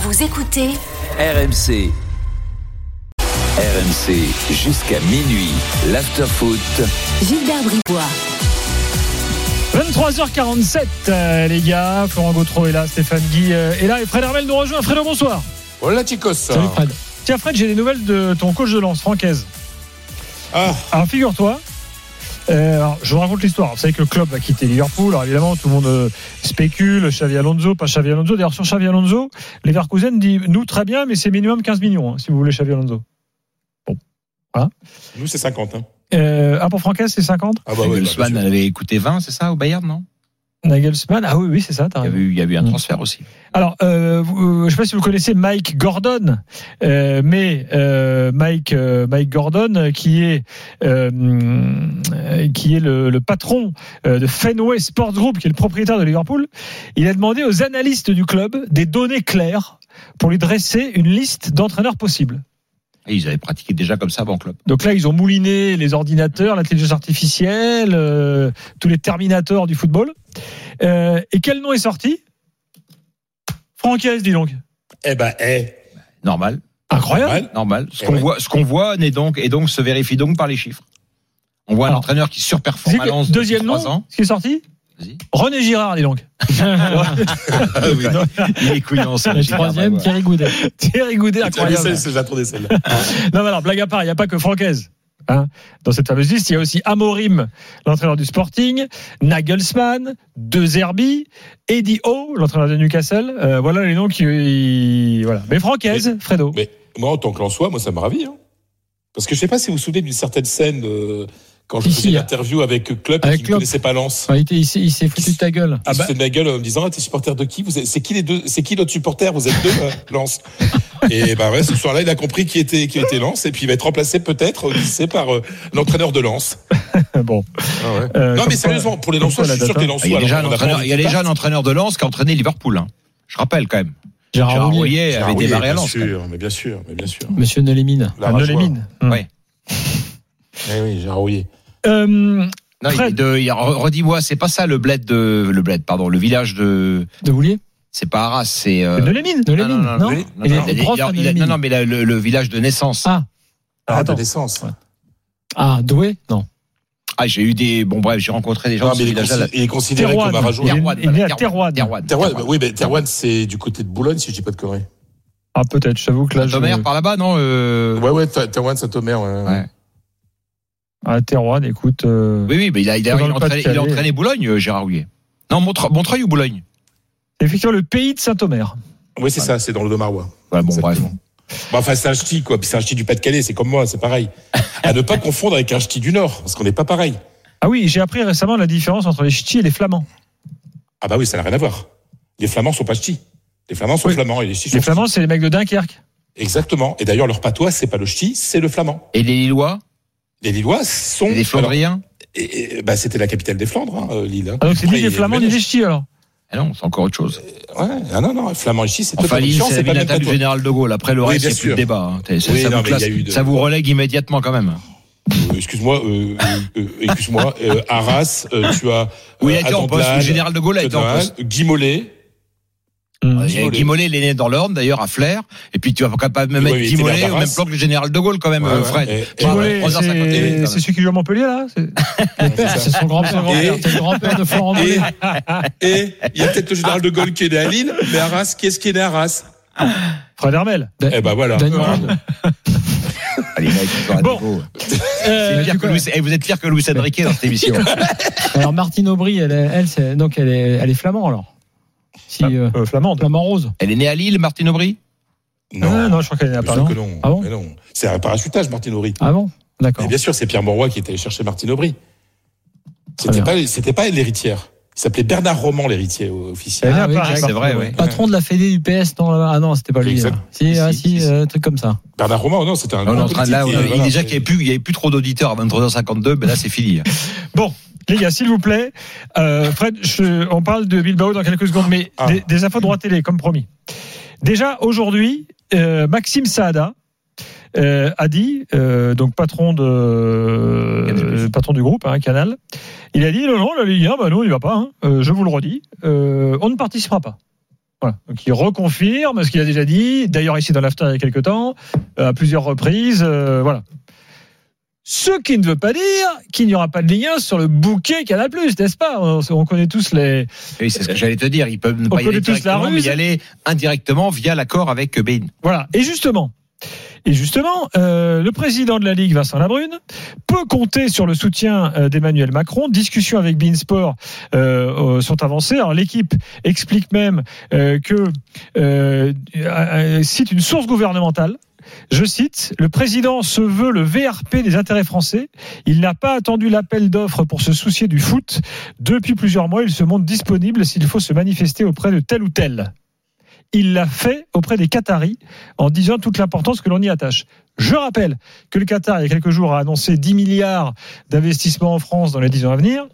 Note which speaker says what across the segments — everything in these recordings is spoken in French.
Speaker 1: Vous écoutez
Speaker 2: RMC. RMC jusqu'à minuit. L'afterfoot.
Speaker 1: Gilbert Bribois.
Speaker 3: 23h47, euh, les gars. Florent Gautreau est là, Stéphane Guy euh, est là et Fred Hermel nous rejoint. Fred, bonsoir.
Speaker 4: Voilà, Ticos.
Speaker 3: Fred. Tiens, Fred, j'ai des nouvelles de ton coach de lance francaise.
Speaker 4: Ah.
Speaker 3: Alors, figure-toi. euh, alors, je vous raconte l'histoire. Vous savez que le club a quitté Liverpool. Alors, évidemment, tout le monde euh, spécule. Xavi Alonso, pas Xavi Alonso. D'ailleurs, sur Xavi Alonso, Leverkusen dit nous très bien, mais c'est minimum 15 millions hein, si vous voulez Xavi Alonso.
Speaker 4: Nous, c'est 50. Hein.
Speaker 3: Euh, ah, pour Francaise, c'est 50
Speaker 4: Ah, bah oui. bah,
Speaker 5: Nagelsmann
Speaker 4: bien sûr.
Speaker 5: avait coûté 20, c'est ça, au Bayern, non
Speaker 3: Nagelsmann. Ah oui, oui, c'est ça. t'as
Speaker 5: il y,
Speaker 3: raison.
Speaker 5: avait eu, il y a eu un
Speaker 3: Mm.
Speaker 5: transfert aussi.
Speaker 3: Alors, euh, vous- euh, je ne sais pas si vous connaissez Mike Gordon, euh, mais euh, Mike euh, Mike Gordon euh, qui est euh, hum, euh, qui est le, le patron euh, de Fenway Sports Group, qui est le propriétaire de Liverpool, il a demandé aux analystes du club des données claires pour lui dresser une liste d'entraîneurs possibles.
Speaker 5: Et ils avaient pratiqué déjà comme ça avant club.
Speaker 3: Donc là, ils ont mouliné les ordinateurs, l'intelligence artificielle, euh, tous les terminators du football. Euh, et quel nom est sorti Francaise, dis donc.
Speaker 4: Eh ben, eh.
Speaker 5: Normal,
Speaker 3: Incroyable.
Speaker 4: Mal.
Speaker 5: normal. Ce
Speaker 4: Eh
Speaker 5: qu'on
Speaker 4: ouais.
Speaker 5: voit, ce qu'on voit n'est donc et donc se vérifie donc par les chiffres. On voit
Speaker 3: Alors.
Speaker 5: un entraîneur qui
Speaker 3: C'est
Speaker 5: surperforme à
Speaker 3: Ah. que-
Speaker 5: Lens depuis
Speaker 3: deuxième nom,
Speaker 5: trois ans.
Speaker 3: ce qui est sorti
Speaker 5: Vas-y.
Speaker 3: René Girard, dis donc.
Speaker 5: Ah Il est couillant, c'est
Speaker 6: Le troisième, Thierry Goudet.
Speaker 3: Thierry Goudet,
Speaker 4: T'as trouvé
Speaker 3: incroyable.
Speaker 4: celle, c'est- j'ai trouvé celle.
Speaker 3: Non, mais alors, blague à part, il n'y a pas que Francaise. hein, dans cette fameuse liste, il y a aussi Amorim, l'entraîneur du Sporting, Nagelsmann, De Zerbi, Eddie Howe, l'entraîneur de Newcastle. Euh, voilà les noms qui. Voilà. Mais Francaise, Fredo.
Speaker 4: Mais moi, en tant que Lensois, moi, ça me ravit. Hein. Parce que je sais pas si vous vous souvenez d'une certaine scène euh, quand je
Speaker 6: Ici,
Speaker 4: faisais
Speaker 6: hein.
Speaker 4: l'interview avec Klopp
Speaker 6: Avec
Speaker 4: qui ne
Speaker 6: Klopp.
Speaker 4: connaissait pas Lens.
Speaker 6: Enfin, il était- Il s'est- il s'est foutu de ta
Speaker 3: Ah
Speaker 6: gueule.
Speaker 5: bah.
Speaker 4: Il se foutait de ma gueule en me disant ah, t'es supporter de qui Vous êtes- C'est qui les deux C'est qui notre supporter Vous êtes deux, hein, Lens. Et bah ouais, ce soir-là, il a compris qui était qui était Lens et puis il va être remplacé peut-être au lycée par euh, l'entraîneur de Lens.
Speaker 3: Bon.
Speaker 4: Ah ouais.
Speaker 3: Euh, comme
Speaker 4: non mais
Speaker 3: quoi-
Speaker 4: sérieusement, pour les
Speaker 3: comme
Speaker 4: Lensois,
Speaker 3: quoi
Speaker 4: je
Speaker 3: la
Speaker 4: suis sûr que
Speaker 3: data.
Speaker 4: les
Speaker 5: Il y
Speaker 4: Lensois.
Speaker 5: a déjà un
Speaker 4: alors, on a pas
Speaker 5: entraîneur,
Speaker 4: envie
Speaker 5: il y a
Speaker 4: de
Speaker 5: déjà un
Speaker 4: partir.
Speaker 5: entraîneur de Lens qui a entraîné Liverpool. hein. Je rappelle quand même.
Speaker 6: Gérard
Speaker 5: Gérard
Speaker 6: Roulier.
Speaker 5: Rouillet avait
Speaker 4: Ah oui,
Speaker 5: démarré à
Speaker 4: bien
Speaker 5: Lens. quand même.
Speaker 4: sûr, mais bien sûr, mais bien sûr.
Speaker 6: Monsieur Nelémine.
Speaker 4: La
Speaker 3: ne
Speaker 4: rageoire.
Speaker 3: les mine. Hum.
Speaker 5: Ouais.
Speaker 4: Eh oui, Gérard Rouillet.
Speaker 3: Euh,
Speaker 5: Non, il
Speaker 3: Fred.
Speaker 5: est de- il- re- redis-moi, c'est pas ça le bled de le bled, pardon, le village de
Speaker 6: De Roulier
Speaker 5: c'est pas Arras, c'est euh,
Speaker 3: ne les mine.
Speaker 6: De
Speaker 5: non,
Speaker 6: Lémine,
Speaker 5: non,
Speaker 6: non,
Speaker 5: non,
Speaker 6: Il
Speaker 5: non,
Speaker 6: était
Speaker 5: il-
Speaker 6: prof
Speaker 5: il-
Speaker 6: à
Speaker 5: il-
Speaker 6: Nelémine.
Speaker 5: non, non, mais la- le, le village de naissance.
Speaker 6: Ah,
Speaker 4: Ah,
Speaker 3: Attends.
Speaker 4: adolescence.
Speaker 6: ah, Doué Non.
Speaker 5: Ah, j'ai eu des. Bon, bref, j'ai rencontré des gens
Speaker 4: Non,
Speaker 5: de
Speaker 4: Ah, mais
Speaker 5: ce
Speaker 4: il, est
Speaker 5: village-là.
Speaker 4: consi- il est considéré
Speaker 3: Terroir.
Speaker 4: comme un rajout.
Speaker 3: Il est-
Speaker 5: Terroir,
Speaker 3: il est né à Terroir.
Speaker 5: Terroir. Terroir.
Speaker 4: Terroir, bah oui, mais Terwan, c'est du côté de Boulogne, si je dis pas de conneries.
Speaker 3: Ah, peut-être, j'avoue que là. je-
Speaker 5: Saint-Omer, par là-bas, non euh,
Speaker 4: Ouais, ouais, Ter- Terwan, Saint-Omer. Ouais.
Speaker 5: Ouais.
Speaker 3: Ah, Terroir, écoute. euh,
Speaker 5: Oui, oui, mais il a, il a-
Speaker 3: Dans
Speaker 5: il
Speaker 3: le
Speaker 5: a entraîné, il a
Speaker 3: Pas-de-Calais.
Speaker 5: entraîné Boulogne, euh, Gérard Rouillet. Non, Montre- Montreuil ou Boulogne
Speaker 3: Effectivement, le pays de Saint-Omer.
Speaker 4: Oui, c'est ça, c'est dans le Domarois.
Speaker 5: Ouais, bon,
Speaker 4: Exactement.
Speaker 5: bref.
Speaker 4: Bon, enfin, c'est un ch'ti, quoi. Puis c'est un ch'ti du Pas-de-Calais, c'est comme moi, c'est pareil. à ne pas confondre avec un ch'ti du Nord, parce qu'on n'est pas pareil.
Speaker 3: Ah oui, j'ai appris récemment la différence entre les ch'tis et les flamands.
Speaker 4: Ah bah oui, ça n'a rien à voir. Les Flamands sont pas ch'tis. Les Flamands sont
Speaker 3: Oui.
Speaker 4: flamands et les ch'tis sont
Speaker 3: Les
Speaker 4: ch'tis.
Speaker 3: flamands, c'est les mecs de Dunkerque.
Speaker 4: Exactement. Et d'ailleurs, leur patois, c'est pas le ch'ti, c'est le flamand.
Speaker 5: Et les Lillois
Speaker 4: Les Lillois sont.
Speaker 5: Et les Flandriens
Speaker 4: Alors, et- et- bah, c'était la capitale des Flandres, hein, euh, Lille. hein.
Speaker 3: Ah, donc c'est ni
Speaker 4: Après,
Speaker 3: des
Speaker 4: il y a eu
Speaker 3: flamands ni
Speaker 4: ménage.
Speaker 3: des ch'tis alors.
Speaker 5: Ah non, c'est encore autre chose.
Speaker 4: Ouais, ah non, non, flamand et ch'ti, c'est
Speaker 5: Enfin,
Speaker 4: totalement
Speaker 5: Lille,
Speaker 4: différent,
Speaker 5: c'est la
Speaker 4: c'est pas le
Speaker 5: ville
Speaker 4: même
Speaker 5: natale du
Speaker 4: patois.
Speaker 5: général de Gaulle. Après, le
Speaker 4: Oui,
Speaker 5: reste,
Speaker 4: bien
Speaker 5: c'est plus de
Speaker 4: sûr.
Speaker 5: débat. hein. Ça- Ça
Speaker 4: Oui, non,
Speaker 5: ça
Speaker 4: mais
Speaker 5: vous
Speaker 4: il y a
Speaker 5: classe-
Speaker 4: eu de-
Speaker 5: ça vous relègue immédiatement quand même.
Speaker 4: Euh, excuse-moi, euh, euh, euh, excuse-moi, euh, Arras, euh, tu as.
Speaker 5: Oui,
Speaker 4: euh,
Speaker 5: il a été en poste.
Speaker 4: Adenblade,
Speaker 5: Le général de Gaulle a été en
Speaker 4: Cotterin,
Speaker 5: poste.
Speaker 4: Guy Mollet.
Speaker 5: Il y a
Speaker 4: Guimolet.
Speaker 5: Guy Mollet, il est né dans l'Orne, d'ailleurs, à Flair. Et puis, tu vas quand même
Speaker 4: Oui,
Speaker 5: mettre
Speaker 4: oui,
Speaker 5: Guy
Speaker 4: il était
Speaker 5: Mollet
Speaker 4: à
Speaker 5: au
Speaker 4: Arras.
Speaker 5: même plan que le général de Gaulle, quand même,
Speaker 4: Ouais,
Speaker 5: euh,
Speaker 4: ouais.
Speaker 5: Fred.
Speaker 4: Et-
Speaker 5: Guy
Speaker 3: Guimolet,
Speaker 5: Mollet, 3h58,
Speaker 3: c'est-
Speaker 5: quand
Speaker 3: c'est
Speaker 5: même.
Speaker 3: celui qui joue à Montpellier là c'est-
Speaker 4: Ouais, c'est ça.
Speaker 6: C'est son grand son grand-père. C'est le grand-père de Florent
Speaker 4: Et
Speaker 6: Roulier.
Speaker 4: et il y a peut-être le général de Gaulle qui est né à Lille, mais Arras, qui est-ce qui est né à Arras
Speaker 3: Fred Hermel.
Speaker 4: Eh ben voilà.
Speaker 6: Dan
Speaker 4: Voilà.
Speaker 6: Morand.
Speaker 5: Ah, les mecs, ils sont à
Speaker 3: Bon.
Speaker 5: niveau.
Speaker 3: Euh,
Speaker 5: C'est pire que Louis- eh, Vous êtes pire que Louis Enrique dans cette émission.
Speaker 6: Alors, Martine Aubry, elle, est- elle, c'est- donc, elle, est, elle est flamand, alors. Si, euh,
Speaker 3: euh, flamande.
Speaker 6: flamand rose.
Speaker 5: Elle est née à Lille, Martine Aubry
Speaker 3: Ah,
Speaker 4: Non,
Speaker 3: non, je crois qu'elle est à
Speaker 4: bien
Speaker 3: Paris.
Speaker 4: sûr que non.
Speaker 6: Ah bon
Speaker 4: Mais non. C'est un parachutage, Martine Aubry.
Speaker 6: Ah bon
Speaker 4: Et
Speaker 6: D'accord.
Speaker 4: bien sûr, c'est Pierre Mauroy qui est allé chercher Martine Aubry.
Speaker 6: bien.
Speaker 4: C'était pas, c'était pas elle l'héritière. Il s'appelait Bernard Roman, l'héritier euh,
Speaker 5: Eh
Speaker 4: officiel.
Speaker 3: Ah, oui,
Speaker 5: c'est vrai, oui.
Speaker 6: Patron de la Fédé du PS, non là- Ah non, c'était pas lui.
Speaker 4: Exact.
Speaker 6: là. Si, ah,
Speaker 5: Si, si,
Speaker 6: si,
Speaker 5: si.
Speaker 6: euh, un truc comme ça.
Speaker 4: Bernard Roman, oh non, c'était un
Speaker 5: On est
Speaker 4: grand
Speaker 5: en train de- là, on-
Speaker 4: politique, euh,
Speaker 5: il,
Speaker 4: voilà,
Speaker 5: déjà
Speaker 4: c'est-
Speaker 5: qu'il n'y avait, plus- il y avait plus trop d'auditeurs à 23h52, mais là c'est fini.
Speaker 3: Bon, les gars, s'il vous plaît, euh, Fred, je- on parle de Bilbao dans quelques secondes, mais
Speaker 4: Ah.
Speaker 3: des, des infos droit télé, comme promis. Déjà, aujourd'hui, euh, Maxime Saada euh, a dit, euh, donc patron, de,
Speaker 5: Canal+.
Speaker 3: patron du groupe, hein, Canal, il a dit non, non, la Ligue 1, bah, nous, on n'y va pas, hein. Euh, je vous le redis, euh, on ne participera pas. Voilà. Donc il reconfirme ce qu'il a déjà dit, d'ailleurs ici dans l'after il y a quelques temps, euh, à plusieurs reprises, euh, voilà. Ce qui ne veut pas dire qu'il n'y aura pas de Ligue 1 sur le bouquet Canal+, n'est-ce pas on, on connaît tous les...
Speaker 5: Oui, c'est ce que j'allais te dire. Ils peuvent ne
Speaker 3: On
Speaker 5: pas y
Speaker 3: connaît
Speaker 5: aller
Speaker 3: tous la
Speaker 5: directement, mais
Speaker 3: ruse.
Speaker 5: y aller indirectement via l'accord avec Bein.
Speaker 3: Voilà. Et justement, et justement euh, le président de la Ligue, Vincent Labrune, peut compter sur le soutien euh, d'Emmanuel Macron. Discussions avec Beansport euh, euh, sont avancées. Alors l'équipe explique même euh, que euh, euh, cite une source gouvernementale. Je cite, le président se veut le VRP des intérêts français. Il n'a pas attendu l'appel d'offres pour se soucier du foot. Depuis plusieurs mois, il se montre disponible s'il faut se manifester auprès de tel ou tel. Il l'a fait auprès des Qataris en disant toute l'importance que l'on y attache. Je rappelle que le Qatar, il y a quelques jours, a annoncé 10 milliards d'investissements en France dans les 10 ans à venir.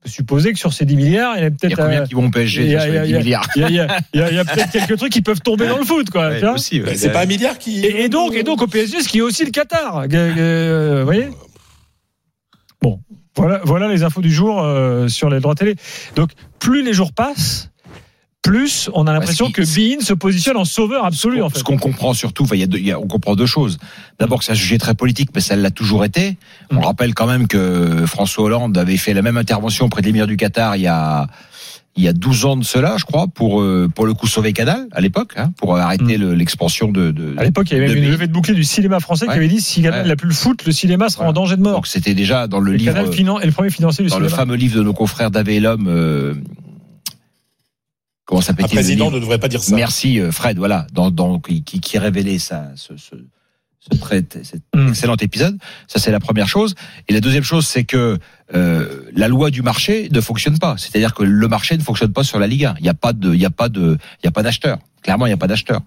Speaker 3: On peut supposer que sur ces 10 milliards, il y en a
Speaker 5: Il y a
Speaker 3: peut-être
Speaker 5: combien
Speaker 3: euh,
Speaker 5: qui vont au PSG
Speaker 3: il y a-
Speaker 5: déjà sur
Speaker 3: il y a-
Speaker 5: les 10 milliards
Speaker 3: il y a, il y a- il y a- il y a peut-être quelques trucs qui peuvent tomber dans le foot, quoi. tu
Speaker 5: Ouais,
Speaker 3: vois.
Speaker 5: aussi, ouais.
Speaker 4: Bah, C'est pas un milliard qui.
Speaker 3: et, et donc, et donc au PSG, ce qui est aussi le Qatar. Euh, euh, vous voyez Bon, voilà, voilà les infos du jour euh, sur les droits télé. Donc, plus les jours passent, plus on a l'impression
Speaker 5: Parce
Speaker 3: que
Speaker 5: qu'il-
Speaker 3: Bean se positionne en sauveur absolu, en fait.
Speaker 5: Ce hein, qu'on comprend surtout, enfin, il y a deux- il y a- on comprend deux choses. D'abord que c'est un sujet très politique, mais ça l'a toujours été. On
Speaker 3: Mm.
Speaker 5: rappelle quand même que François Hollande avait fait la même intervention auprès de l'émir du Qatar il y a il y a 12 ans de cela, je crois, pour euh, pour le coup sauver Canal à l'époque, hein, pour arrêter le- l'expansion de, de-
Speaker 3: Mm. À l'époque, il y avait même
Speaker 5: de
Speaker 3: une
Speaker 5: Bein.
Speaker 3: levée de bouclier du cinéma français
Speaker 5: Ouais.
Speaker 3: qui avait dit si Canal
Speaker 5: Ouais.
Speaker 3: n'a plus le foot, le cinéma sera
Speaker 5: Voilà.
Speaker 3: en danger de mort.
Speaker 5: Donc c'était déjà dans le
Speaker 3: Le
Speaker 5: livre,
Speaker 3: Canal finan- est le premier financier du
Speaker 5: dans le
Speaker 3: cinéma.
Speaker 5: fameux livre de nos confrères d'Ave et l'homme. euh, comment
Speaker 4: Un
Speaker 5: s'appelle-t-il le
Speaker 4: président
Speaker 5: livre
Speaker 4: ne devrait pas dire ça.
Speaker 5: Merci euh, Fred, voilà, dans, dans, qui, qui, qui révélait ça, ce, ce, ce très, cet
Speaker 3: Mm.
Speaker 5: excellent épisode. Ça, c'est la première chose. Et la deuxième chose, c'est que euh, la loi du marché ne fonctionne pas. C'est-à-dire que le marché ne fonctionne pas sur la Ligue 1. Il n'y a pas de, il y a pas de, il y a pas d'acheteur. Clairement, il n'y a pas d'acheteur.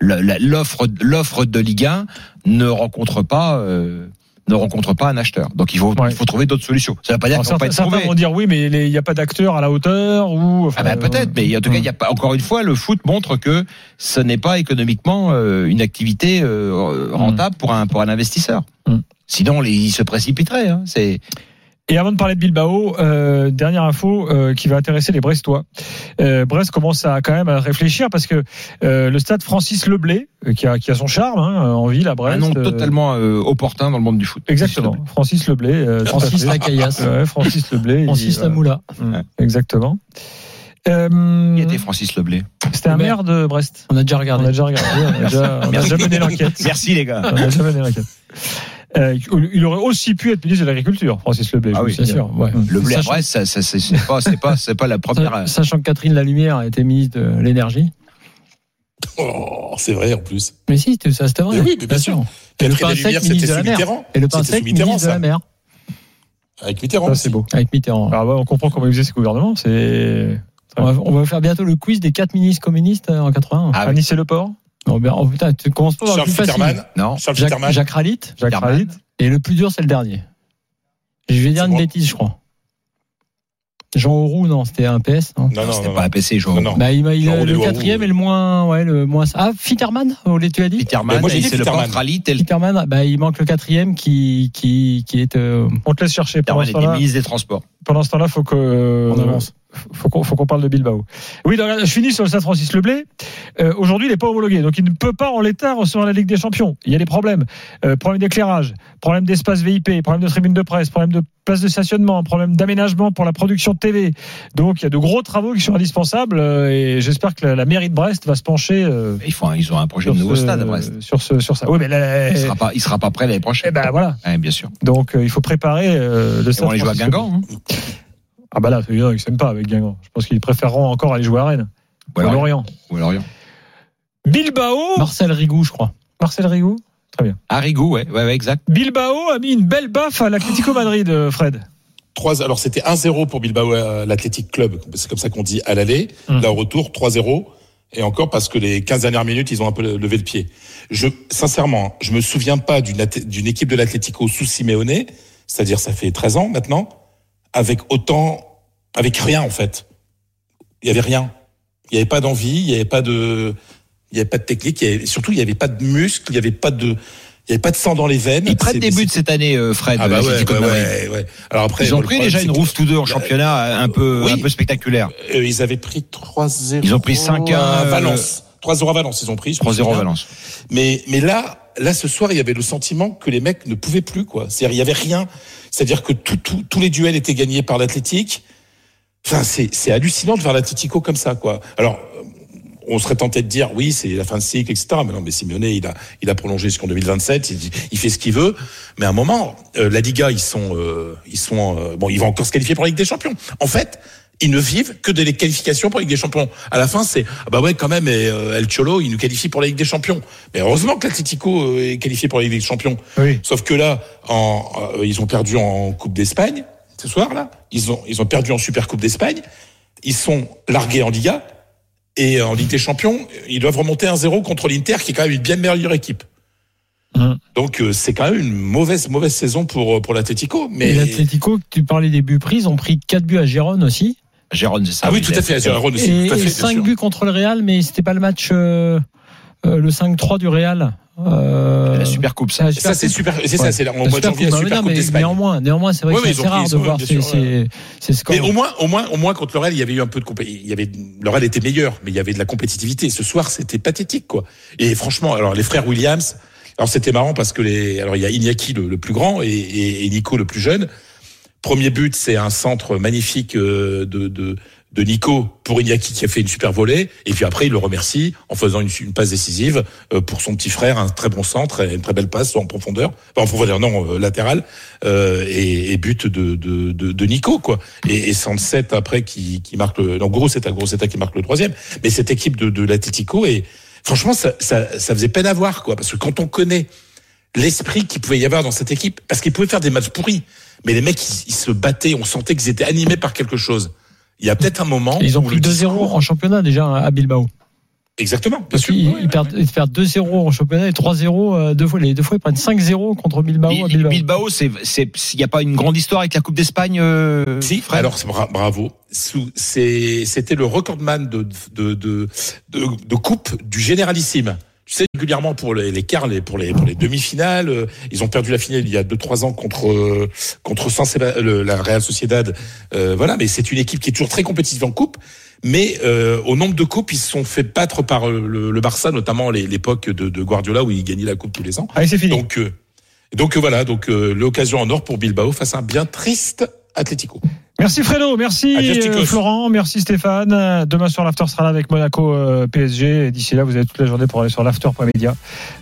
Speaker 5: Le- la- L'offre, l'offre de Ligue 1 ne rencontre pas. euh, ne rencontre pas un acheteur. Donc il faut,
Speaker 3: Ouais.
Speaker 5: il faut trouver d'autres solutions. Ça ne veut pas dire
Speaker 3: Alors,
Speaker 5: qu'on va pas
Speaker 3: certains,
Speaker 5: être
Speaker 3: certains
Speaker 5: trouvé.
Speaker 3: vont dire oui, mais les- il n'y a pas d'acteur à la hauteur ou. enfin,
Speaker 5: Ah ben, peut-être, mais en tout cas,
Speaker 3: ouais.
Speaker 5: il y a pas, encore une fois, le foot montre que ce n'est pas économiquement euh, une activité euh, rentable pour, un, pour un investisseur.
Speaker 3: Mm.
Speaker 5: Sinon, les, ils se précipiteraient. Hein, c'est
Speaker 3: Et avant de parler de Bilbao, euh, dernière info euh, qui va intéresser les Brestois. Euh, Brest commence à quand même à réfléchir parce que euh, le stade Francis Leblé, euh, qui a, qui a son charme hein, en ville à Brest.
Speaker 5: un nom
Speaker 3: euh,
Speaker 5: totalement euh, opportun dans le monde du foot.
Speaker 3: Exactement, Francis Leblé. euh,
Speaker 6: Francis
Speaker 3: tout à fait.
Speaker 6: Lacaillasse.
Speaker 3: Ouais, Francis Leblé. il-
Speaker 6: Francis
Speaker 3: voilà.
Speaker 6: Lamoula.
Speaker 3: Mm, Exactement. Euh,
Speaker 5: Qui était Francis Leblé
Speaker 3: C'était un maire de Brest.
Speaker 6: On a déjà
Speaker 3: On a
Speaker 6: regardé.
Speaker 3: déjà regardé, on a déjà, on a
Speaker 5: Merci.
Speaker 3: déjà mené l'enquête.
Speaker 5: Merci les gars.
Speaker 3: On a déjà mené l'enquête. Euh, il aurait aussi pu être ministre de l'Agriculture, Francis Leblé.
Speaker 5: Ah
Speaker 3: je vous
Speaker 5: oui,
Speaker 3: signale.
Speaker 6: bien sûr, ouais.
Speaker 3: Mm.
Speaker 5: Leblé à
Speaker 6: Sachant-
Speaker 5: Brest, ça- ça- c'est c'est pas, c'est pas, c'est pas la première. euh,
Speaker 6: Sachant que Catherine Lalumière était ministre de l'énergie.
Speaker 4: Oh, c'est vrai en plus.
Speaker 6: Mais si, c'était- ça c'était vrai.
Speaker 4: Mais oui, mais bien sûr. Catherine
Speaker 6: pain sec,
Speaker 4: Lumière,
Speaker 6: ministre
Speaker 4: c'était
Speaker 6: de la
Speaker 4: sous
Speaker 6: mer.
Speaker 4: Mitterrand.
Speaker 6: Et le
Speaker 4: C'était
Speaker 6: pincet,
Speaker 4: sous Mitterrand,
Speaker 6: ministre de la Oh,
Speaker 4: ça.
Speaker 6: mer,
Speaker 4: Avec Mitterrand.
Speaker 3: Ça, c'est beau.
Speaker 6: avec Mitterrand.
Speaker 3: Ah ouais, on comprend comment ils faisaient ces gouvernements. C'est
Speaker 6: On va, on va faire bientôt le quiz des quatre ministres communistes euh, en 81.
Speaker 5: Ah oui.
Speaker 3: Anis et Le Port,
Speaker 6: Non, ben, oh, putain, tu commences pas par le
Speaker 4: Charles
Speaker 6: plus facile.
Speaker 4: Fitterman.
Speaker 5: Non.
Speaker 4: Charles
Speaker 6: Jacques,
Speaker 4: Fitterman.
Speaker 6: Jacques Ralite.
Speaker 3: Jacques
Speaker 5: Herman.
Speaker 3: Ralit.
Speaker 6: Et le plus dur, c'est le dernier. Je vais dire
Speaker 4: C'est
Speaker 6: une
Speaker 4: moi.
Speaker 6: bêtise, je crois. Jean Auroux, non, c'était un PS. Non
Speaker 4: Non, non,
Speaker 5: C'était
Speaker 4: non.
Speaker 5: pas un PC, je
Speaker 4: non.
Speaker 5: vois.
Speaker 4: non.
Speaker 6: bah, il, m'a- il
Speaker 4: Jean
Speaker 6: a-
Speaker 4: Auroux,
Speaker 6: le
Speaker 4: Auroux,
Speaker 6: quatrième
Speaker 4: oui.
Speaker 6: et le moins, ouais, le moins. Ah, Fitterman, on l'a- tu l'as dit
Speaker 5: Peterman,
Speaker 4: Mais moi, j'ai
Speaker 5: et
Speaker 4: dit
Speaker 5: c'est le
Speaker 4: Peterman.
Speaker 5: peintre Ali, tel
Speaker 6: Fitterman, bah, il manque le quatrième qui, qui, qui est euh,
Speaker 3: On te laisse chercher. Pendant
Speaker 5: Peterman
Speaker 3: ce
Speaker 5: était
Speaker 3: temps-là,
Speaker 5: ministre des Transports.
Speaker 3: pendant ce temps-là, faut que. euh,
Speaker 6: en avance.
Speaker 3: Faut qu'on faut qu'on parle de Bilbao. Oui, donc, euh, je finis sur le Stade Francis Leblé. Euh, Aujourd'hui, il n'est pas homologué, donc il ne peut pas en l'état recevoir la Ligue des Champions. Il y a des problèmes. Euh, problème d'éclairage, problème d'espace VIP, problème de tribune de presse, problème de place de stationnement, problème d'aménagement pour la production TV. Donc il y a de gros travaux qui sont indispensables euh, et j'espère que la, la mairie de Brest va se pencher euh,
Speaker 5: Ils, font, un- ils ont un projet
Speaker 3: sur,
Speaker 5: de nouveau
Speaker 3: ce-
Speaker 5: stade à Brest.
Speaker 3: sur, ce, sur ça. Oui, mais là,
Speaker 5: Il sera pas, il sera pas prêt l'année prochaine.
Speaker 3: eh ben voilà.
Speaker 5: Ouais, bien sûr.
Speaker 3: Donc euh, il faut préparer euh, le
Speaker 5: Et on
Speaker 3: stade.
Speaker 5: les joue à
Speaker 3: Francis
Speaker 5: Guingamp. hein.
Speaker 3: Leblé. Ah bah là, c'est évident, ils s'aiment pas avec Guingamp. Je pense qu'ils préféreront encore aller jouer à Rennes,
Speaker 5: Ou à
Speaker 3: à
Speaker 5: Lorient.
Speaker 3: Lorient.
Speaker 5: Ou à Lorient.
Speaker 3: Bilbao,
Speaker 6: Marcel Rigou, je crois.
Speaker 3: Marcel Riou.
Speaker 5: Arrigo, ouais, ouais, ouais, exact.
Speaker 3: Bilbao a mis une belle baffe à l'Atlético Madrid, euh, Fred.
Speaker 4: Trois, alors c'était 1-0 pour Bilbao euh, l'Athletic Club, c'est comme ça qu'on dit à l'aller.
Speaker 3: Mm.
Speaker 4: Là au retour, 3-0. Et encore parce que les 15 dernières minutes, ils ont un peu levé le pied. Je, sincèrement, je me souviens pas d'une ath- d'une équipe de l'Atlético sous Simeone, c'est-à-dire ça fait 13 ans maintenant, avec autant, avec rien en fait. Il y avait rien. Il n'y avait pas d'envie, il n'y avait pas de, il y avait pas de technique, il y avait- surtout il n'y avait pas de muscle, il n'y avait pas de, il y avait pas de sang dans les veines.
Speaker 5: Ils prennent
Speaker 4: C'est-
Speaker 5: des buts cette année, euh, Fred.
Speaker 4: Ah bah
Speaker 5: l'Atlético
Speaker 4: ouais,
Speaker 5: de
Speaker 4: ouais,
Speaker 5: Madrid.
Speaker 4: ouais, ouais. Alors après,
Speaker 5: Ils ont
Speaker 4: bon, le
Speaker 5: pris
Speaker 4: problème,
Speaker 5: déjà
Speaker 4: c'est
Speaker 5: une
Speaker 4: que-
Speaker 5: roue tous deux en championnat un peu,
Speaker 4: oui.
Speaker 5: un peu spectaculaire.
Speaker 4: Euh, ils avaient pris 3-0.
Speaker 5: Ils ont pris 5-1
Speaker 4: à
Speaker 5: euh,
Speaker 4: Valence. 3-0 à Valence, ils ont pris. je me
Speaker 5: 3-0
Speaker 4: souviens.
Speaker 5: Valence.
Speaker 4: Mais, mais là, là, ce soir, il y avait le sentiment que les mecs ne pouvaient plus, quoi. C'est-à-dire, il y avait rien. C'est-à-dire que tout- tout- tous les duels étaient gagnés par l'Athletic. Enfin, c'est, c'est hallucinant de voir l'Atletico comme ça, quoi. Alors, euh, on serait tenté de dire, oui, c'est la fin de cycle, etc. Mais non, mais Simeone, il a, il a prolongé jusqu'en 2027. Il, il fait ce qu'il veut. Mais à un moment, euh, la Liga, ils sont, euh, ils sont, euh, bon, ils vont encore se qualifier pour la Ligue des Champions. En fait, ils ne vivent que des qualifications pour la Ligue des Champions. À la fin, c'est ah bah ouais quand même. Et, euh, El Cholo, il nous qualifie pour la Ligue des Champions. Mais heureusement que l'Atlético euh, est qualifié pour la Ligue des Champions.
Speaker 3: Oui.
Speaker 4: Sauf que là, en, euh, ils ont perdu en Coupe d'Espagne ce soir là. Ils ont ils ont perdu en Super Coupe d'Espagne. Ils sont largués en Liga et en Ligue des Champions, ils doivent remonter 1-0 contre l'Inter, qui est quand même une bien meilleure équipe.
Speaker 6: Hum.
Speaker 3: Mhm.
Speaker 4: Donc euh, c'est quand même une mauvaise mauvaise saison pour euh, pour l'Atlético.
Speaker 6: Et
Speaker 4: Mais
Speaker 6: l'Atletico, tu parlais des buts pris, ils ont pris 4 buts à Gérone aussi.
Speaker 5: Gérone, c'est ça.
Speaker 4: ah oui, tout à fait. Azerbaïdjan aussi,
Speaker 6: Et,
Speaker 4: tout à fait, bien
Speaker 6: 5
Speaker 4: sûr.
Speaker 6: buts contre le Real, mais c'était pas le match, euh, euh, le 5-3 du Real. Euh,
Speaker 5: La Super Coupe, ça.
Speaker 6: la
Speaker 4: Et Eh, Ça,
Speaker 6: Super
Speaker 4: c'est
Speaker 6: Coupe.
Speaker 4: super. C'est
Speaker 6: Ouais.
Speaker 4: ça, c'est la- en
Speaker 6: La
Speaker 4: mois de
Speaker 6: Super
Speaker 4: janvier,
Speaker 6: Coupe,
Speaker 4: la
Speaker 6: bah oui,
Speaker 4: Super
Speaker 6: non,
Speaker 4: Coupe
Speaker 6: mais
Speaker 4: d'Espagne.
Speaker 6: néanmoins, néanmoins, c'est vrai
Speaker 4: Ouais,
Speaker 6: que
Speaker 4: mais
Speaker 6: c'est
Speaker 4: ils ont
Speaker 6: assez
Speaker 4: pris,
Speaker 6: rare
Speaker 4: ils
Speaker 6: de
Speaker 4: ont-
Speaker 6: voir
Speaker 4: bien
Speaker 6: ces,
Speaker 4: sûr, ouais.
Speaker 6: ces, ces scores.
Speaker 4: Mais au moins, au moins, au moins contre le Real, il y avait eu un peu de compé- il y avait le Real était meilleur, mais il y avait de la compétitivité. Ce soir, c'était pathétique quoi. Et franchement, alors les frères Williams, alors c'était marrant parce que les alors il y a Iñaki le, le plus grand et, et- et Nico le plus jeune. Premier but, c'est un centre magnifique euh, de, de de Nico pour Iñaki qui a fait une super volée et puis après il le remercie en faisant une, une passe décisive euh, pour son petit frère un très bon centre et une très belle passe en profondeur enfin en profondeur non euh, latéral euh, et, et but de, de, de, de Nico quoi et, et 107 après qui, qui marque le non Grosseta Grosseta qui marque le troisième mais cette équipe de, de l'Atlético et franchement ça, ça, ça faisait peine à voir quoi parce que quand on connaît l'esprit qu'il pouvait y avoir dans cette équipe parce qu'ils pouvaient faire des matchs pourris mais les mecs ils, ils se battaient on sentait qu'ils étaient animés par quelque chose il y a peut-être un moment
Speaker 6: Ils ont
Speaker 4: où
Speaker 6: pris
Speaker 4: le
Speaker 6: 2-0 en championnat déjà à Bilbao.
Speaker 4: exactement bien
Speaker 6: Parce
Speaker 4: sûr
Speaker 6: qu'ils
Speaker 4: Ouais,
Speaker 6: ils perdent, ils perdent 2-0 en championnat et 3-0 euh, deux fois. Les deux fois, ils prennent 5-0 contre Bilbao à
Speaker 5: Bilbao,
Speaker 6: Bilbao.
Speaker 5: Bilbao c'est, c'est, il n'y a pas une grande histoire avec la Coupe d'Espagne, euh,
Speaker 4: Si,
Speaker 5: Fred
Speaker 4: alors c'est bra- bravo. Sous- c'est- C'était le recordman de, de, de, de, de coupe du généralissime. Tu sais, régulièrement pour les, les quarts, les, pour les, pour les demi-finales, euh, ils ont perdu la finale il y a 2-3 ans contre, euh, contre San Séba- le- la Real Sociedad. Euh, voilà, mais c'est une équipe qui est toujours très compétitive en coupe. Mais euh, au nombre de coupes, ils se sont fait battre par euh, le, le Barça, notamment les- l'époque de, de Guardiola où il gagnait la coupe tous les ans.
Speaker 3: Allez, c'est fini.
Speaker 4: Donc, euh, donc euh, voilà, donc euh, l'occasion en or pour Bilbao face à un bien triste Atlético.
Speaker 3: Merci Fredo, merci
Speaker 4: Adios,
Speaker 3: euh, Florent, merci Stéphane. Euh, Demain soir, l'After sera là avec Monaco euh, PSG. Et D'ici là, vous avez toute la journée pour aller sur l'after.media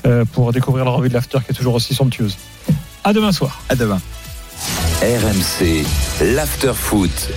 Speaker 3: euh, pour découvrir la revue de l'After qui est toujours aussi somptueuse. À demain soir.
Speaker 5: À demain.
Speaker 2: RMC, l'after foot.